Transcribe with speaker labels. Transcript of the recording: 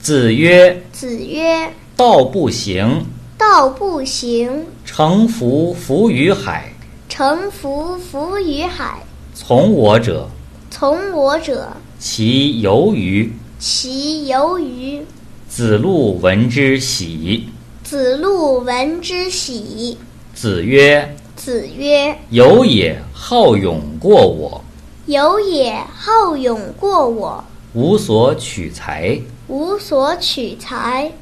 Speaker 1: 子曰
Speaker 2: 子曰：“
Speaker 1: 道不行，：“
Speaker 2: 道不行，
Speaker 1: 乘浮浮于海。
Speaker 2: 乘浮浮于海。
Speaker 1: 从我者，
Speaker 2: 从我者，
Speaker 1: 其由于。
Speaker 2: 其由于。”
Speaker 1: 子路闻之喜。”
Speaker 2: 子路闻之喜。
Speaker 1: 子曰
Speaker 2: 子曰：“
Speaker 1: 有也，好勇过我，：“
Speaker 2: 有也好勇过我，
Speaker 1: 无所取材。
Speaker 2: 无所取材。